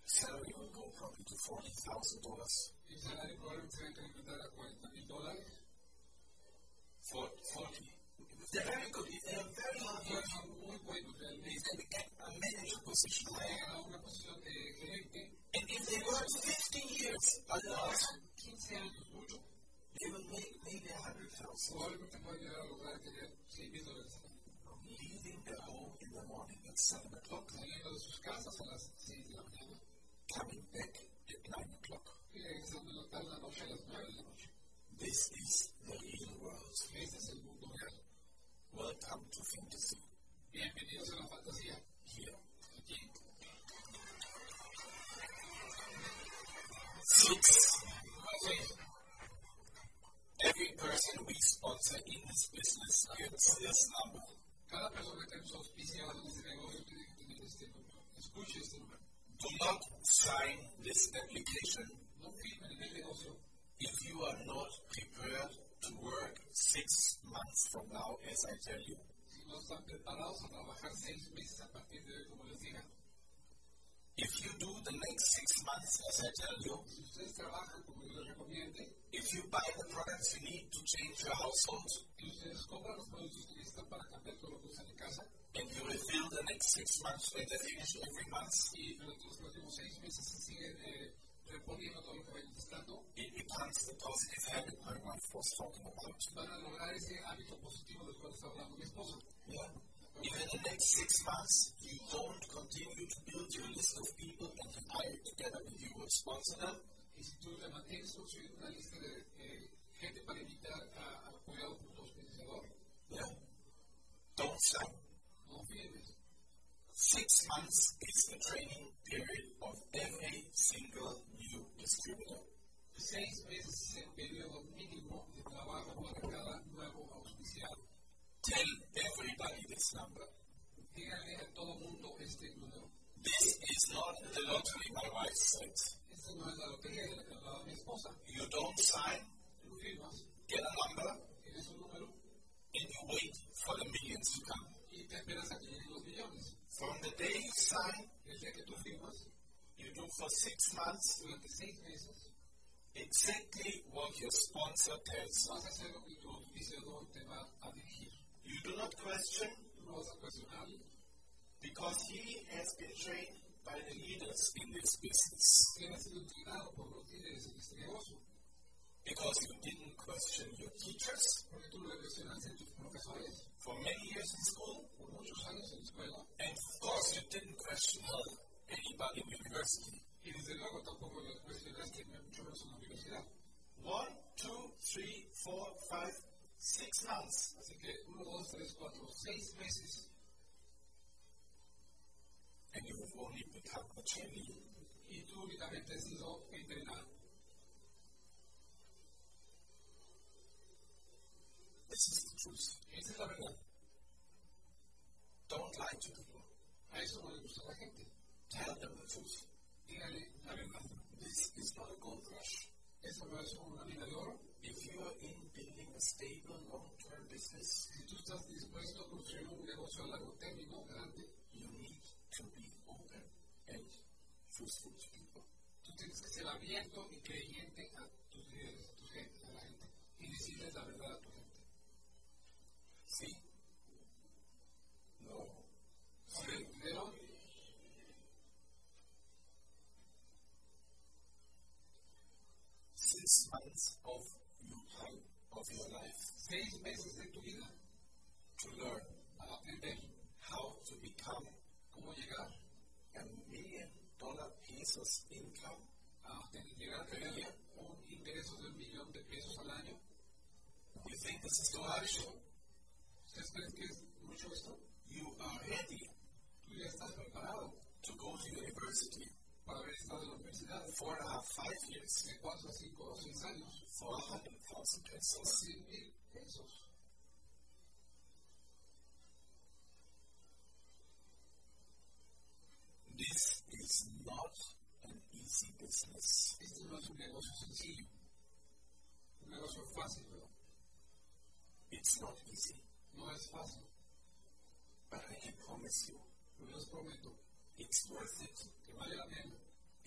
A: salary will go probably to $40,000.
B: el salario probablemente se va a incrementar a 40 mil dólares.
A: For 40. They're very good. They're very hard
B: Y son muy buenos realmente.
A: They get a manager position.
B: Llegan a una posición de gerente,
A: And if they work 15 years, a lot,
B: trabajan 15 años mucho,
A: they will make maybe 100,000.
B: probablemente puedan llegar a lograr tener 6 mil dólares al año.
A: Leaving their home in the morning at 7 o'clock,
B: Saliendo de sus casas a las 6 de la mañana,
A: coming back at 9 o'clock.
B: y regresando en la tarde, la noche a las 9 de la noche.
A: This is the real world.
B: Ese es el mundo real.
A: Welcome to fantasy.
B: Bienvenidos a la fantasía.
A: here. Six. Every person we sponsor in this business gets this number.
B: Cada persona que nos auspicia en este negocio tiene que tener este número. Escuche este número.
A: Do not sign this application
B: No firmen en el negocio
A: if you are not prepared to work six months from now, as I tell you.
B: si no están preparados a trabajar seis meses a partir de como les diga.
A: If you do the next six months, as I tell you,
B: Si ustedes trabajan como yo les recomiende,
A: if you buy the products you need to change your household,
B: y ustedes compran los productos que necesitan para cambiar todo lo que usan en casa,
A: and you refill the next six months when they finish every month,
B: y durante los próximos seis meses se siguen eh, reponiendo todo lo que vayan necesitando,
A: it becomes the positive habit my wife was talking about.
B: van a lograr ese hábito positivo del cual está hablando mi esposa.
A: Yeah. If in the next six months you don't continue to build your list of people and you hire together with you will sponsor them,
B: Y si tú le mantienes construyendo una lista de eh, gente para invitar a, a cuidado por los vencedores,
A: yeah, don't sign.
B: no firmes.
A: Six months is the training period of every single new distributor.
B: Seis meses es el periodo mínimo de trabajo para cada nuevo auspiciado.
A: Tell everybody this number.
B: Díganle a todo mundo este número.
A: This is not the lottery my wife said.
B: Esta no es la lotería de la que hablaba mi esposa.
A: You don't sign,
B: Tú firmas,
A: get a number,
B: tienes un número
A: and you wait for the millions to come.
B: y te esperas a que lleguen los millones.
A: From the day you sign,
B: Desde que tú firmas,
A: you do for six months
B: durante seis meses,
A: exactly what your sponsor tells you.
B: vas a hacer lo que tu auspiciador te va a dirigir.
A: You do not question
B: Tú no vas a cuestionar
A: because he has been trained by the leaders in this business.
B: que has sido entrenado por los líderes en este negocio.
A: Because you didn't question your teachers
B: Porque tú lo cuestionaste a tus profesores
A: for many years in school,
B: por muchos años en la escuela
A: and of course you didn't question anybody in university.
B: y desde luego tampoco lo cuestionaste mucho menos en la universidad.
A: One, two, three, four, five, six months.
B: Así que 1, 2, 3, 4, 6 meses
A: and you have only become a trainee.
B: y tú únicamente has sido entrenado.
A: This is the truth.
B: Esa es la verdad.
A: Don't lie to people.
B: A eso no le gusta a la gente.
A: Tell them the truth.
B: Dígale la verdad.
A: This is not a gold rush.
B: Eso no es una mina de oro.
A: If you are in building a stable, long-term business,
B: Si tú estás dispuesto a construir un negocio a largo término grande,
A: you need to be open and truthful to people.
B: tú tienes que ser abierto y creyente a tus líderes, a tu gente, a la gente, y decirles la verdad a tu gente.
A: See? No.
B: Ahora, el dinero,
A: Six months of your time, of your life,
B: seis meses de tu vida
A: to learn
B: para aprender
A: how to become
B: cómo llegar
A: a million-dollar pesos income
B: a tener, Ah, llegar a tener un ingreso de un millón de pesos al año.
A: You think this is too harsh?
B: ¿Ustedes creen que es mucho esto?
A: You are ready
B: Tú ya estás preparado
A: to go to university
B: para haber estado en la universidad
A: four and a half, five years
B: de cuatro a cinco o seis años,
A: for a hundred thousand
B: por
A: pesos.
B: 100 mil pesos.
A: This is
B: negocio sencillo, un negocio fácil, ¿verdad?
A: It's not easy,
B: No es fácil,
A: but I can promise you
B: pero yo os prometo
A: it's worth it.
B: que vale la pena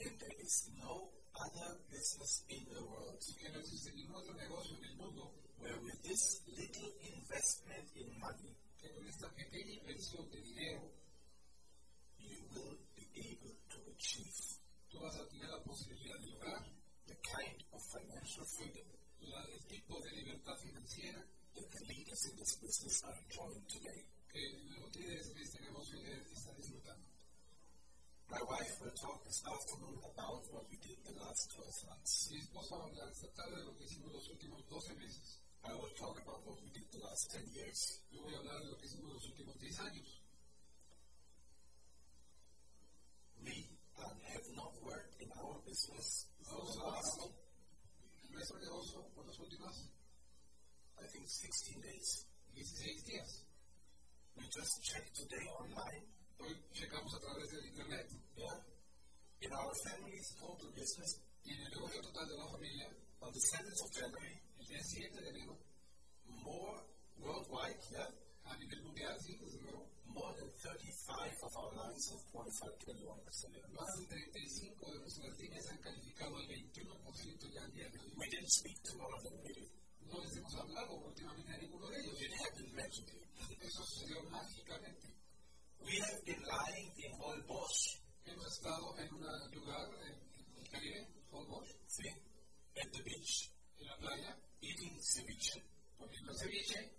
A: And there is no other business in the world
B: y que no existe ningún otro negocio en el mundo
A: where with this little investment in money,
B: que con esta pequeña inversión de dinero
A: you will be able to achieve
B: tú vas a tener la posibilidad de lograr
A: the kind of financial freedom
B: la- el tipo de libertad financiera
A: that the leaders in this business are enjoying today.
B: que los líderes de este negocio de- están disfrutando.
A: My wife will talk this afternoon about what we did the last 12 months.
B: Mi esposa va a hablar esta tarde de lo que hicimos los últimos 12 meses.
A: I will talk about what we did the last 10 years.
B: Yo voy a hablar de lo que hicimos los últimos 10 años.
A: We uh, have not worked in our business for the last,
B: En nuestro negocio, por los últimos
A: I think, 16 days.
B: 16 días.
A: We just checked today online.
B: Hoy checamos a través del internet
A: Yeah? In our family's total business,
B: y en el negocio total de la familia,
A: on the 7th of January,
B: el día 7 de enero,
A: more worldwide, yeah?
B: a nivel mundial, sí, desde luego,
A: More than 35 of our lines have qualified to the longest alert.
B: más de 35 de nuestras líneas han calificado al 21% ya al día de hoy.
A: We didn't speak to all of them, really.
B: No les hemos hablado últimamente a ninguno de ellos.
A: It happened magically.
B: Eso sucedió mágicamente.
A: We have been lying in whole Bosch,
B: Hemos estado en un lugar en, en el Caribe, Holbox,
A: see, at the beach,
B: en la playa,
A: eating ceviche,
B: comiendo ceviche,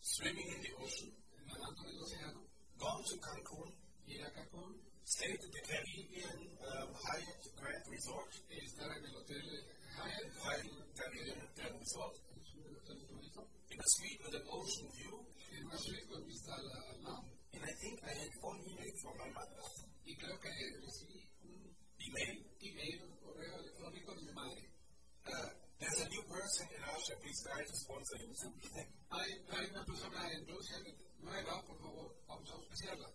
A: swimming in the ocean,
B: nadando en el océano,
A: gone to Cancun,
B: ir a Cancún,
A: stayed at the Caribbean um, Hyatt Grand Resort,
B: estar en el hotel Hyatt,
A: Hyatt Caribbean Grand Resort,
B: es un hotel bonito,
A: in a suite with an ocean view,
B: en una suite con vista al, al mar.
A: and I think I had one email from my mother.
B: Y creo que recibí un
A: Email.
B: email, un correo electrónico de mi madre.
A: Uh, there's a new person in Russia, please try to sponsor him.
B: Hay, hay una persona en Rusia que- nueva, por favor, vamos a auspiciarla.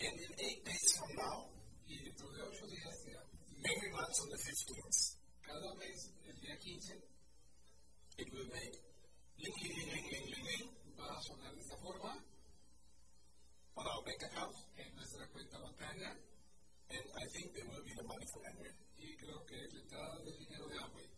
A: and in eight days from now,
B: Y dentro de ocho días, será
A: every month on the 15th,
B: cada mes, el día 15,
A: it will make ling ling ling ling ling ling
B: va a sonar de esta forma
A: on our bank account.
B: en nuestra cuenta bancaria
A: and I think there will be the money for Henry.
B: y creo que es la entrada del dinero de Amway.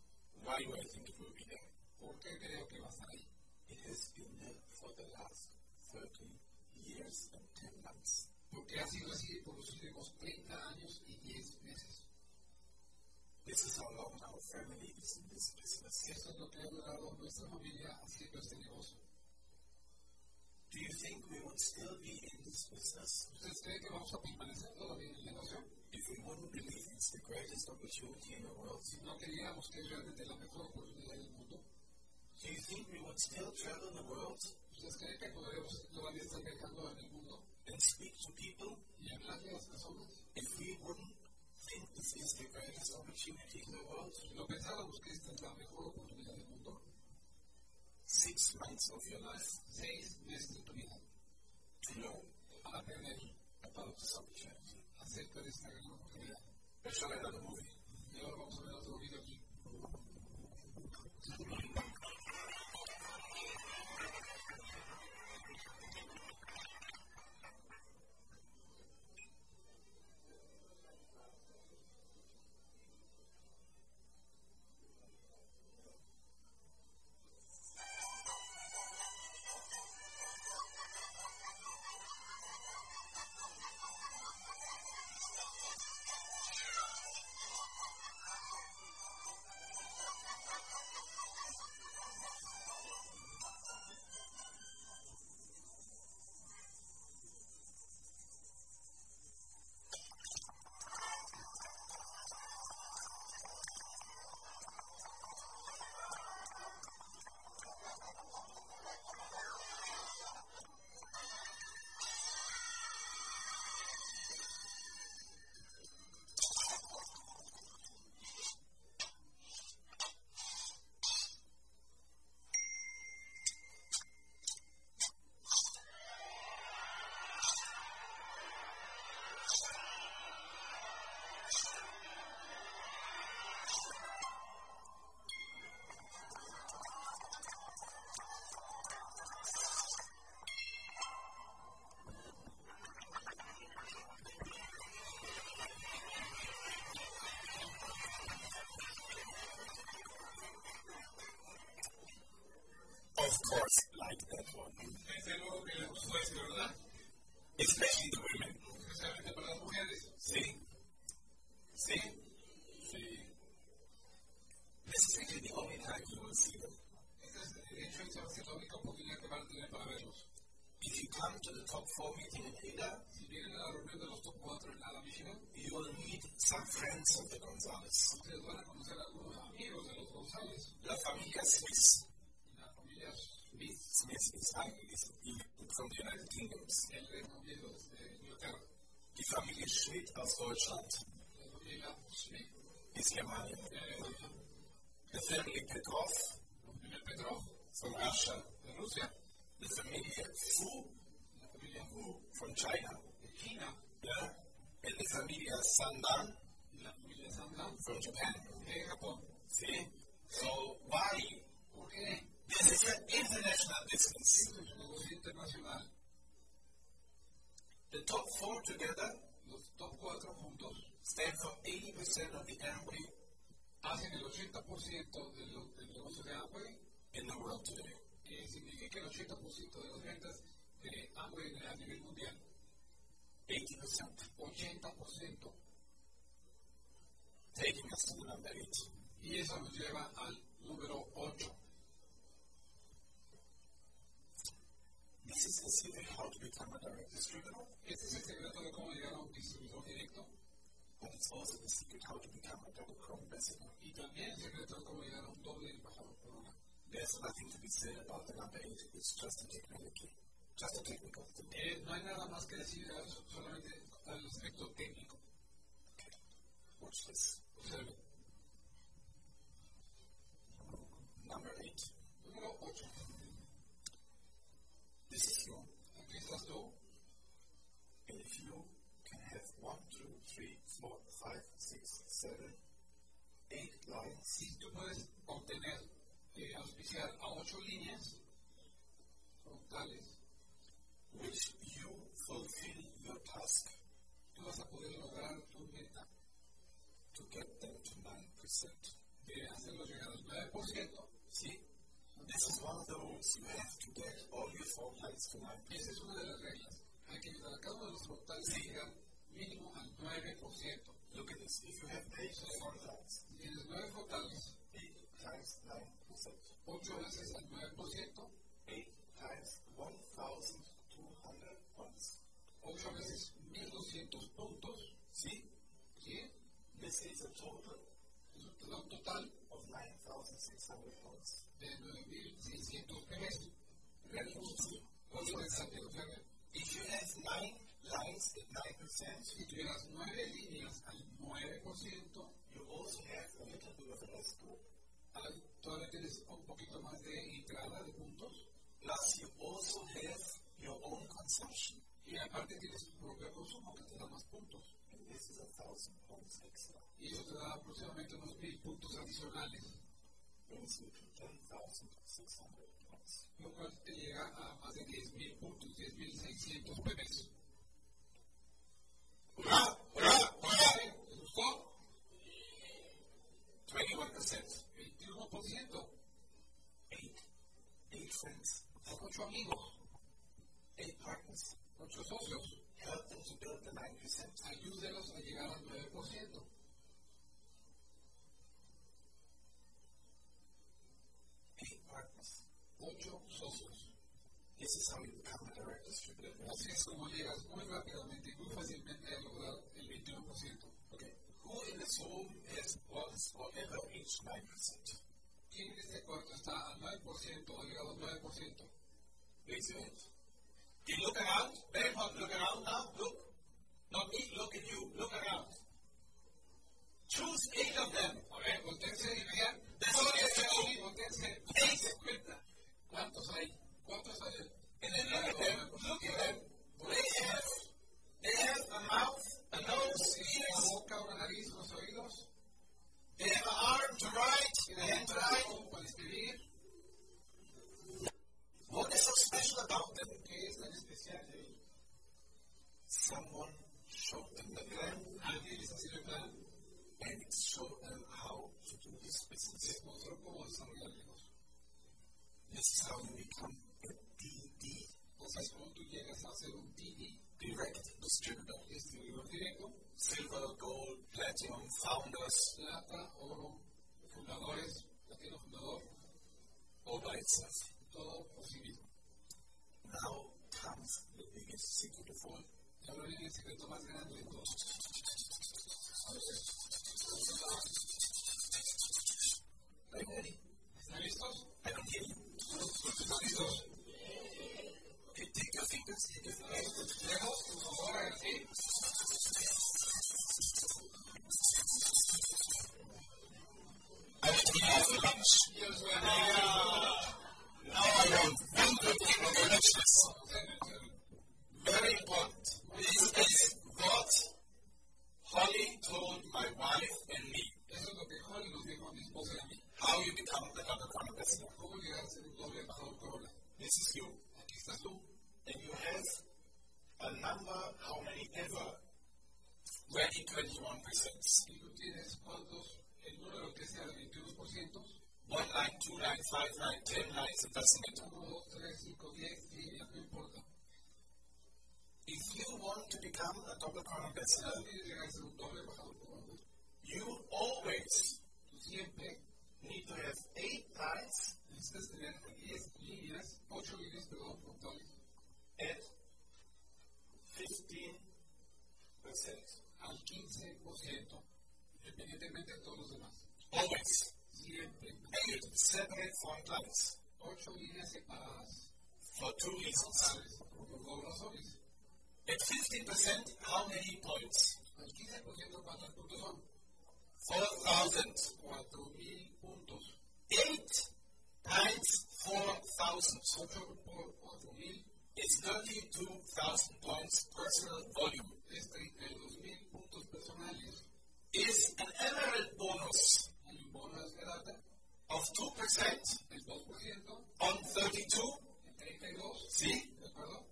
A: Why do I think it will be there?
B: porque creo que va a estar ahí.
A: It has been there for the last 30 years and 10 months.
B: Porque ha sido así por los últimos 30 años y 10 meses.
A: This is how long our family is in this business.
B: Eso es lo que ha logrado nuestra familia haciendo este negocio.
A: Do you think we would still be in this business
B: ¿Ustedes creen que vamos a permanecer todavía en el negocio?
A: if we wouldn't believe it's the greatest opportunity in the world?
B: Si no queríamos que es realmente la mejor oportunidad del mundo,
A: Do you think we would still travel the world
B: ¿ustedes creen que podremos todavía estar viajando en el mundo
A: and speak to people
B: y hablarle a las personas?
A: if we wouldn't think this is the greatest opportunity in the world?
B: Si no pensábamos que esta es la mejor oportunidad del mundo,
A: Six months of your life
B: seis meses de tu vida
A: to learn
B: para aprender
A: about this opportunity.
B: acerca de esta gran oportunidad.
A: Let's show another movie.
B: Y ahora vamos a ver otro video aquí.
A: of course, like that one.
B: Desde luego que les gustó esto, ¿verdad?
A: Especially the women.
B: Especialmente para las mujeres.
A: Sí. Sí. Sí. This is actually the only time you will see them.
B: De hecho, esa va a ser la única oportunidad que van a tener para verlos.
A: If you come to the top four meeting in Ada,
B: Si vienen a la reunión de los top 4 en la Michigan,
A: you will meet some friends of the Gonzales.
B: ustedes van a conocer a algunos amigos de los González.
A: La familia Smith.
B: Y la familia Smith,
A: Smith is, is from the United Kingdoms.
B: el Reino Unido de Inglaterra.
A: Die Familie Schmidt aus Deutschland
B: La familia Smith,
A: ist Germania. The family Petrov
B: la familia Petrov,
A: from Russia.
B: de Rusia.
A: The family Fu
B: La familia Wu,
A: from China.
B: de China.
A: Yeah? And the family Sandan
B: Y la familia Sandan,
A: from Japan.
B: de Japón.
A: See? So why?
B: ¿Por qué?
A: This is an international business.
B: Es un negocio internacional.
A: The top four together
B: Los top 4 juntos
A: stand for 80% of the Amway
B: hacen el 80% de lo- del negocio de Amway,
A: in the world today.
B: que significa el 80% de las ventas de Amway en- a nivel mundial.
A: 80%.
B: 80%.
A: Taking us to the number eight.
B: Y eso nos lleva al número 8.
A: This is the secret how to become a direct distributor,
B: Este es el secreto de cómo llegar a un distribuidor directo
A: but it's also the secret how to become a double crown ambassador.
B: y también el secreto de cómo llegar a un doble embajador corona.
A: There's nothing to be said about the number eight. It's just a technology, just a technical thing.
B: Eh, no hay nada más que decir, eh, solamente al aspecto técnico.
A: Watch this.
B: Observe.
A: Number eight.
B: Número 8.
A: This is you.
B: Aquí estás tú.
A: And if you can have one, two, three, four, five, six, seven, eight lines,
B: Si tú puedes obtener, eh, auspiciar a 8 líneas frontales,
A: which you fulfill your task
B: tú vas a poder lograr tu meta
A: to get them to nine percent.
B: de hacerlo llegar al 9%.
A: See, this is one of the rules. You have to get all your four lines to nine
B: Esa
A: percent.
B: es una de las reglas. Hay que ayudar a cada uno de los frontales a llegar mínimo al 9%.
A: Look at this. If you have eight four lines,
B: Si tienes 9 frontales,
A: eight times nine percent,
B: 8 veces al 9%,
A: eight times one thousand two hundred points.
B: 8 veces 1200 puntos,
A: See,
B: ¿sí?
A: this is a total
B: Eso te da un total
A: of nine thousand six hundred points.
B: de 9600 pesos.
A: Very easy.
B: 8 veces al 9%.
A: If you have nine lines at nine percent,
B: Si tuvieras 9 líneas al 9%,
A: you also have a little bit of an escrow.
B: al- todavía tienes un poquito más de entrada de puntos
A: Plus, you also have your own consumption.
B: y aparte tienes tu propio consumo que te da más puntos.
A: And this is a thousand points extra.
B: Y eso te da aproximadamente unos 1000 puntos adicionales.
A: Brings you to ten thousand six hundred points.
B: lo cual te llega a más de 10.000 puntos, 10.600 bebés.
A: Hurrah! Hurrah! Hurrah!
B: ¿Te gustó?
A: Twenty-one percent.
B: 21%,
A: Eight. Eight friends.
B: 8 amigos,
A: Eight partners.
B: 8 socios.
A: Help them to build the nine percent.
B: Ayúdelos a llegar al 9%.
A: Eight partners.
B: 8 socios.
A: This is how you become a direct distributor.
B: Así es como llegas muy rápidamente y muy fácilmente a lograr el 21%.
A: Okay. Who in this room has once or ever reached nine percent?
B: ¿Quién en este cuarto está al 9% o ha llegado al 9%?
A: Raise your hand. You look around. Very important. Look around now. Look. Not me. Look at you. Look around. Choose eight of them.
B: A ver, volteense y vean.
A: Eso
B: Volteense,
A: es
B: volteense. Dense cuenta. ¿Cuántos hay? ¿Cuántos hay?
A: And then look at them. Look at them. They have, they have a mouth, a nose,
B: Una
A: ears.
B: boca, una nariz, unos oídos.
A: They have an arm to write, a hand to write.
B: ¿Cómo para escribir?
A: What is so special about them?
B: ¿Qué es tan especial de ellos?
A: Someone showed them the plan,
B: Alguien les hacía el plan.
A: and it showed them how to do this business.
B: Les mostró cómo desarrollar el negocio.
A: become a DD.
B: Entonces, cuando tú llegas a ser un TV,
A: Direct distributor.
B: distribuidor directo,
A: Silver, gold, platinum, founders,
B: plata, oro, fundadores, latino fundador,
A: all by itself.
B: todo por sí mismo.
A: Now comes the biggest secret of all.
B: Y ahora viene el secreto más grande de todos.
A: Are you ready?
B: ¿Están listos?
A: I don't hear you.
B: ¿Están listos?
A: Okay, take your fingers, take your fingers.
B: Lejos, por favor, a ver si.
A: I want to have lunch.
B: Yo les voy a dar
A: Now I know hundred people for lunches. Very important. This is what Holly told my wife and me.
B: Eso es lo que Juan nos dijo a mi esposa y a mí.
A: How you become the number one ambassador.
B: ¿Cómo llegar a ser un doble embajador Corona?
A: This is you.
B: Aquí estás tú.
A: And you have a number, how many ever, ready 21 percent.
B: Y tú tienes cuántos, el número que sea de 21%,
A: One line, two line, five line, ten lines, it doesn't matter.
B: 1, 2, 3, 5, 10, 100, no importa.
A: If you want to become a double crown ambassador,
B: Tienes que llegar a ser un doble embajador Corona.
A: you always
B: Tú siempre
A: need to have eight lines
B: necesitas tener 10 líneas, 8 líneas, perdón, frontales,
A: and 15 percent.
B: al 15%, independientemente de todos los demás.
A: Always.
B: Siempre.
A: And you separate front lines
B: 8 líneas separadas,
A: for two reasons.
B: frontales, por dos razones.
A: At 15 percent, how many points?
B: Al 15% cuántos puntos son?
A: 4,000.
B: 4.000 puntos.
A: 8 times 4,000
B: 8 por 4.000
A: is 32,000 points personal volume.
B: es 32.000 puntos personales.
A: Is an annual bonus
B: Hay un bono de esperanza
A: of 2%
B: del 2%,
A: on 32.
B: el 32,
A: See?
B: ¿de acuerdo?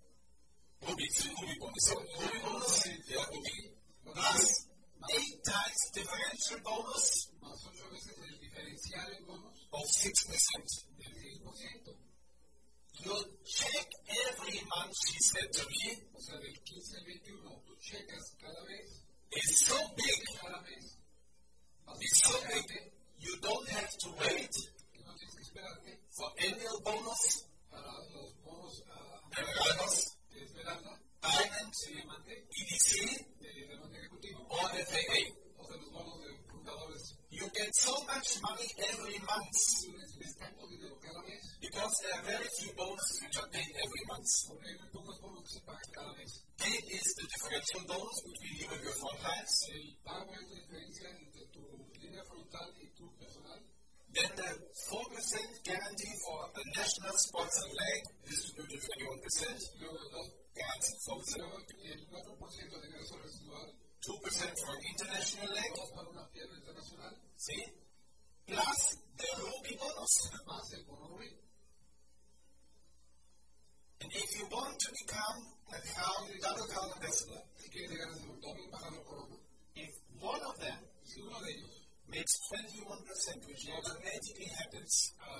A: Movie, movie bonus. Movie bonus. Yeah, movie. Plus 8 times differential bonus
B: Más 8 veces el diferencial en bonos
A: of 6%.
B: del 6%.
A: You check every month, she said to me,
B: O sea, del 15 al 21, tú checas cada vez,
A: is so big,
B: cada vez, vas
A: is so
B: a
A: big, you don't have to wait
B: que no tienes que esperarte
A: for annual bonus,
B: para los bonos a
A: regalos,
B: de Esmeralda,
A: diamond,
B: diamante,
A: EDC,
B: de diamante ejecutivo,
A: or FAA.
B: o sea, los bonos de fundadores.
A: You get so much money every month
B: Tú recibes tanto dinero cada mes,
A: because there are very few bonuses which are paid every month.
B: porque hay muy pocos bonos que se pagan cada mes.
A: Paid is the differential bonus between you and your front lines.
B: El pago es la diferencia entre tu línea frontal y tu personal.
A: Then the 4% guarantee for the national sponsor leg distributed 21%,
B: Luego el dos-
A: guaranteed for the
B: luego el 4% de ingreso residual
A: 2% from international leg,
B: vas para una piedra internacional,
A: see? Plus the Ruby bonus.
B: más el bono Rubin.
A: And if you want to become a crown, double crown ambassador,
B: Si quieres llegar a ser un doble embajador corona,
A: if one of them
B: si uno de ellos
A: makes 21%, which automatically happens,
B: Ah,